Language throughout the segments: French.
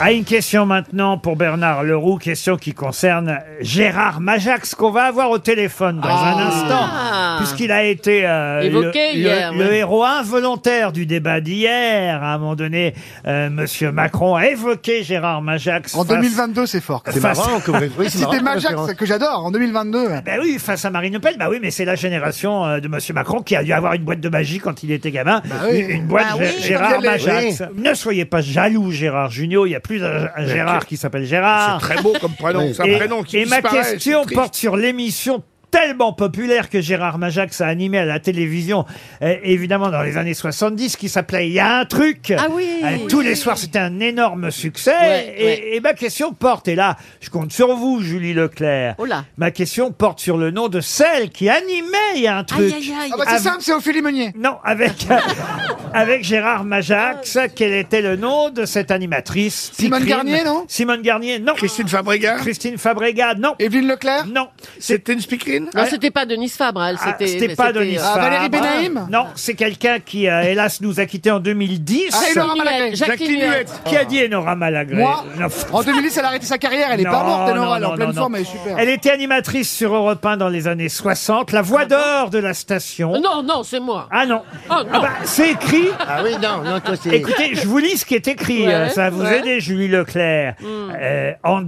Ah, une question maintenant pour Bernard Leroux, question qui concerne Gérard Majax, qu'on va avoir au téléphone dans un instant, puisqu'il a été euh, Ah. Évoqué le, hier, le- le oui. héros involontaire du débat d'hier. À un moment donné, euh, Monsieur Macron a évoqué Gérard Majax. En face- 2022, c'est fort. quand C'est même. marrant que vous- oui, c'est Si marrant t'es comme Majax, référence. que j'adore, en 2022. hein. Ben oui, face à Marine Le Pen, ben oui, mais c'est la génération euh, de Monsieur Macron qui a dû avoir une boîte de magie quand il était gamin. oui. Une, une boîte Bah Gé- oui. Gérard Quelle est- Majax. Ne soyez pas jaloux, Gérard Junior. Il n'y a plus un, un Gérard qui s'appelle Gérard. C'est très beau comme prénom, c'est un Et- prénom qui Et ma disparaît, c'est question triste. porte sur l'émission tellement populaire que Gérard Majax a animé à la télévision, euh, évidemment dans les années 70, qui s'appelait Il y a un truc. Ah oui. Euh, tous les soirs, c'était un énorme succès. Ouais, et, ouais. et ma question porte, et là, je compte sur vous, Julie Leclerc. Oh là. Ma question porte sur le nom de celle qui animait Il y a un truc. Aïe, aïe, aïe. Ah bah c'est Ah, simple, c'est Ophélie Meunier. Non, avec, avec Gérard Oh, Majax, quel était le nom de cette animatrice Simone Picrine. Garnier, non Christine Garnier, non. Christine Fabrega, Christine Fabrega, non. Evelyne Leclerc Non. C'est- c'était une speakerine Non, c'était pas Denise Fabre, elle. ah, C'était C'était mais pas c'était, Denis euh, Ah, Fabre. Valérie Benaïm Non, c'est quelqu'un qui, euh, hélas, nous a quittés en 2010. Ah, Laurent Jacqueline, Malagré. Jacqueline Jacqueline Huette. Huette. Qui a dit Enora Malagré Moi Non, pff, En 2010, elle a arrêté sa carrière, elle est pas non, morte, non, Enora, elle est non, en pleine non, forme, non. elle est super. Elle était animatrice sur Europe 1 dans les années 60, la voix d'or de la station. Euh, Non, non, c'est moi. Ah non. Oh, Ah non. bah, c'est écrit. Ah oui, non, non, toi, c'est. Écoutez, je vous lis ce qui est écrit. Ouais, euh, ça va vous ouais. Hmm. aider, Julie Leclerc. Euh, en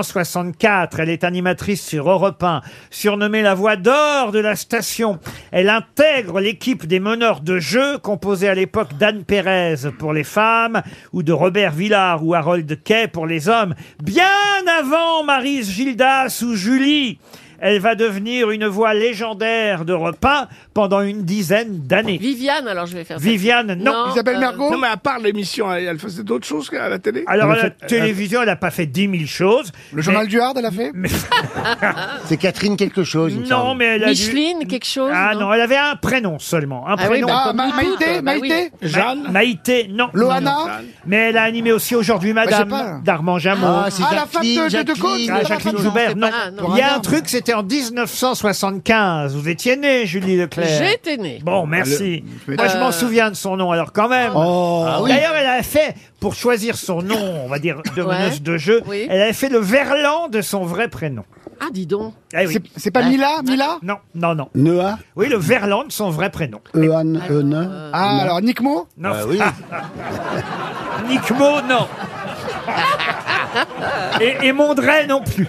1964, elle est animatrice sur Europe 1, surnommée la voix d'or de la station. Elle intègre l'équipe des meneurs de jeu, composée à l'époque d'Anne Pérez pour les femmes, ou de Robert Villard ou Harold Kay pour les hommes. Bien avant Marise Gildas ou Julie. Elle va devenir une voix légendaire de repas pendant une dizaine d'années. Viviane, alors je vais faire ça. Viviane, non. Isabelle euh, Mergo Non mais à part l'émission, elle, elle faisait d'autres choses qu'à la télé Alors, Elle à la fait- télévision, elle n'a pas fait 10 000 choses. Le journal du Hard, elle a fait C'est Catherine quelque chose. il me Non, semble. mais elle a dû- Micheline, quelque chose. Ah non, elle avait un prénom seulement. Un Ah oui, prénom. bah, Ah, comme Ma- tout le monde. Maïté, Bah oui. Maïté Jeanne Maïté, non. Non, non. Loana Mais elle a animé aussi aujourd'hui Madame Bah, je sais pas. d'Armand Jameau. Ah, c'est Ah, la femme de- de- Jacqueline, de Côte, Jacqueline. là, Ah, la Jacqueline femme- Joubert, non. Ah, Il non. y a un Regarde. truc, c'était en 1975. Vous étiez née, Julie Leclerc. J'étais Euh. née. Bon, merci. Moi, je m'en souviens de son nom, alors quand même. Ah, Oh, oui. D'ailleurs, elle a fait, pour choisir son nom, on va dire, de Ouais. meneuse de jeu, Oui. elle avait fait le verlan de son vrai prénom. Ah, dis donc. Eh oui. C'est- C'est pas Mila Mila Non, non, non. Noah, Oui, le verlan de son vrai prénom. Ehan, Euna. Ah, alors Nick Mo Non. Ah oui. Nick Mo, non. Et, et Mondray non plus.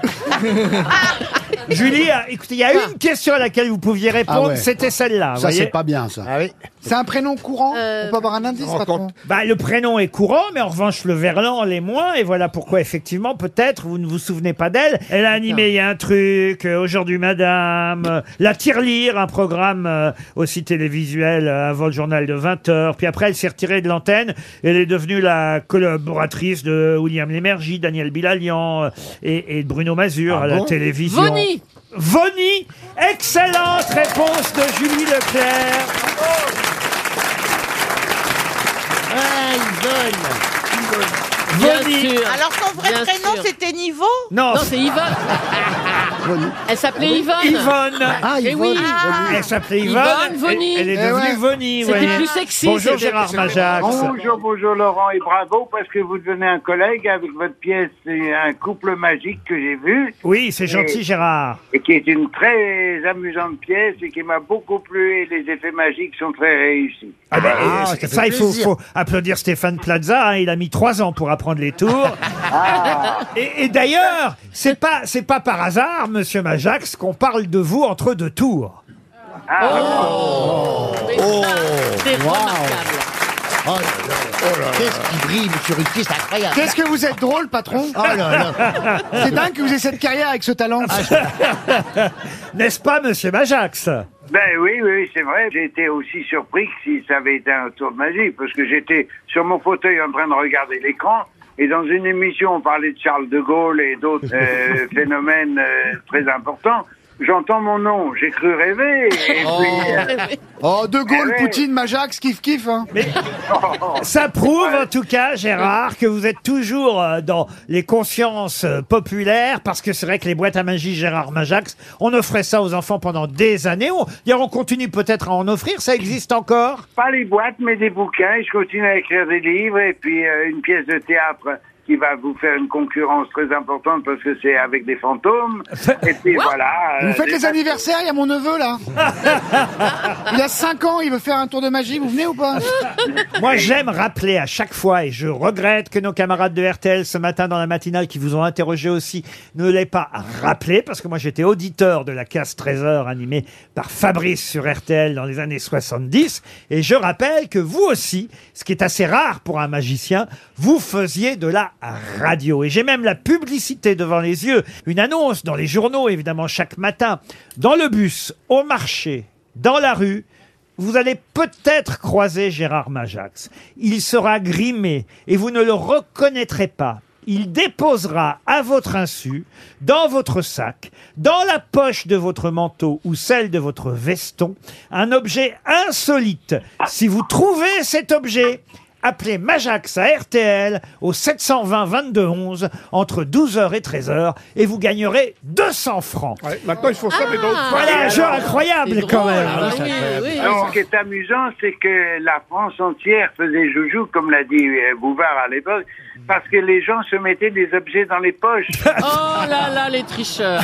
Julie, ah, écoutez, il y a une question à laquelle vous pouviez répondre, Ah ouais. c'était celle-là. vous Ça, c'est voyez. pas bien, ça. Ah oui. C'est un prénom courant Euh, On peut avoir un indice, patron Bah, le prénom est courant, mais en revanche, le verlan l'est moins. Et voilà pourquoi, effectivement, peut-être, vous ne vous souvenez pas d'elle. Elle a animé Il y a un truc, euh, Aujourd'hui Madame, euh, La Tirelire, un programme euh, aussi télévisuel euh, avant le journal de 20h. Puis après, elle s'est retirée de l'antenne. Elle est devenue la collaboratrice de William Lémergie, Daniel Bilalian euh, et, et de Bruno Mazur Ah à la télévision. Vonnie. Vonnie Excellente réponse de Julie Leclerc. Ah, Yvonne. Bien Vonnie. sûr. Alors son vrai Bien prénom sûr. c'était Niveau Non, Non, c'est Yvonne. Elle s'appelait Yvonne. Yvonne. Ah, Eh oui. Yvonne. Elle s'appelait Yvonne Yvonne. Vonnie. Elle, elle est Eh devenue ouais. Vonnie. vous C'était voyez. plus sexy, Bonjour c'était- Gérard Majax. Bonjour, bonjour Laurent et bravo parce que vous devenez un collègue avec votre pièce C'est un couple magique que j'ai vu Oui, c'est gentil Gérard. et qui est une très amusante pièce et qui m'a beaucoup plu et les effets magiques sont très réussis. Ah ben, Ah, euh, ça fait ça, il faut, plaisir. faut applaudir Stéphane Plaza. hein, il a mis trois ans pour apprendre les tours. Et, et d'ailleurs, c'est pas c'est pas par hasard, Monsieur Majax, qu'on parle de vous entre deux tours. Mais ça, C'est remarquable. Oh là là. Qu'est-ce qui brille sur une piste incroyable. Qu'est-ce que vous êtes drôle, patron Ah. Oh là là. C'est dingue que vous ayez cette carrière avec ce talent. N'est-ce pas, Monsieur Majax Ben oui, oui, c'est vrai. J'ai été aussi surpris que si ça avait été un tour de magie parce que j'étais sur mon fauteuil en train de regarder l'écran. Et dans une émission, on parlait de Charles de Gaulle et d'autres euh, phénomènes euh, très importants. J'entends mon nom, j'ai cru rêver. Et puis, euh, Oh, De Gaulle, Eh oui. Poutine, Majax, kiff kiff. hein. oh, Ça prouve en tout cas, Gérard, que vous êtes toujours euh, dans les consciences euh, populaires, parce que c'est vrai que les boîtes à magie Gérard Majax, on offrait ça aux enfants pendant des années. On, d'ailleurs, on continue peut-être à en offrir, ça existe encore pas les boîtes, mais des bouquins. Et je continue à écrire des livres et puis euh, une pièce de théâtre qui va vous faire une concurrence très importante parce que c'est avec des fantômes. Et puis voilà. euh, Vous faites Bah, des les tas de- anniversaires, il y a mon neveu là. Il a 5 ans, il veut faire un tour de magie, vous venez ou pas Moi, j'aime rappeler à chaque fois, et je regrette que nos camarades de RTL ce matin dans la matinale qui vous ont interrogé aussi ne l'aient pas rappelé, parce que moi j'étais auditeur de la casse trésor animée par Fabrice sur RTL dans les années 70, et je rappelle que vous aussi, ce qui est assez rare pour un magicien, vous faisiez de la radio. Et j'ai même la publicité devant les yeux, une annonce dans les journaux évidemment chaque matin, dans le bus, au marché, dans la rue, vous allez peut-être croiser Gérard Majax. Il sera grimé et vous ne le reconnaîtrez pas. Il déposera à votre insu, dans votre sac, dans la poche de votre manteau ou celle de votre veston, un objet insolite. Si vous trouvez cet objet, appelez Majax à RTL au 720 22 11 entre 12h et 13h et vous gagnerez 200 francs. Ouais, maintenant, ils font ça, mais dans le Voilà un foyer. jeu incroyable C'est quand drôle, même. hein, ah oui, oui. Alors, ce qui est amusant, c'est que la France entière faisait joujou, comme l'a dit euh, Bouvard à l'époque, parce que les gens se mettaient des objets dans les poches. Oh là là, les tricheurs.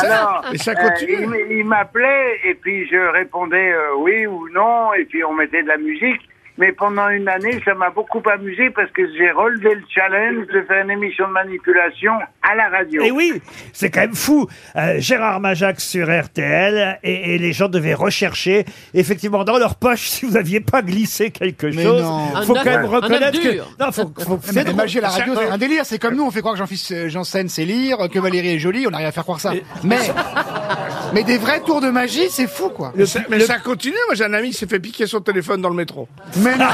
Alors, euh, et ça continue. il m- il m'appelait et puis je répondais euh, oui ou non et puis on mettait de la musique. Mais pendant une année, ça m'a beaucoup amusé parce que j'ai relevé le challenge de faire une émission de manipulation à la radio. Et Eh oui, c'est quand même fou. Euh, Gérard Majax sur RTL et, et les gens devaient rechercher effectivement dans leur poche si vous aviez pas glissé quelque Mais chose. non. Faut Un quand même œuf- un œuf reconnaître que dur. non, faut, faut- Non, c'est mais la drôle. magie à la radio, c'est un délire. C'est comme nous, on fait croire que Jean-Fils euh, Janssen c'est lire, que Valérie est jolie, on arrive à faire croire ça. Mais, mais des vrais tours de magie, c'est fou quoi. Mais ça- mais ça continue. Moi, j'ai un ami qui s'est fait piquer son téléphone dans le métro. Mais non.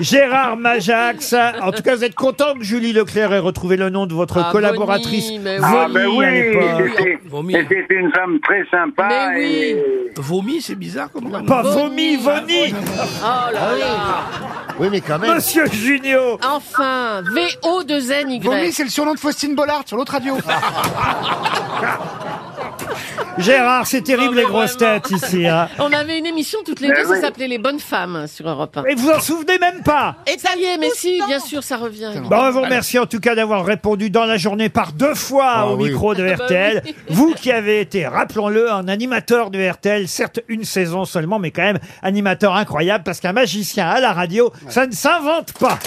Gérard Majax. En tout cas, vous êtes content que Julie Leclerc ait retrouvé le nom de votre Ah, collaboratrice. Bonnie, mais Ah Bonnie ben oui, à l'époque. hein. c'était- Vomi. et c'était une femme très sympa. Mais oui. et- Vomi, c'est bizarre comme ça. Pas vomi, vomi. Oh là là. Oui, mais quand même. Monsieur Junio. Enfin, VO2NY. Vomi, c'est le surnom de Faustine Bollard sur l'autre radio. Gérard, c'est terrible mais les grosses vraiment. têtes ici. hein. On avait une émission toutes les Ben deux, oui. ça s'appelait Les Bonnes Femmes hein, sur Europe 1. Et vous en souvenez même pas. Et ça y est, mais si, bien sûr, ça revient. Bon, on vous remercie en tout cas d'avoir répondu dans la journée par deux fois au oui. micro de Ah bah RTL. oui. Vous qui avez été, rappelons-le, un animateur de RTL, certes une saison seulement, mais quand même animateur incroyable parce qu'un magicien à la radio, ça ne s'invente pas.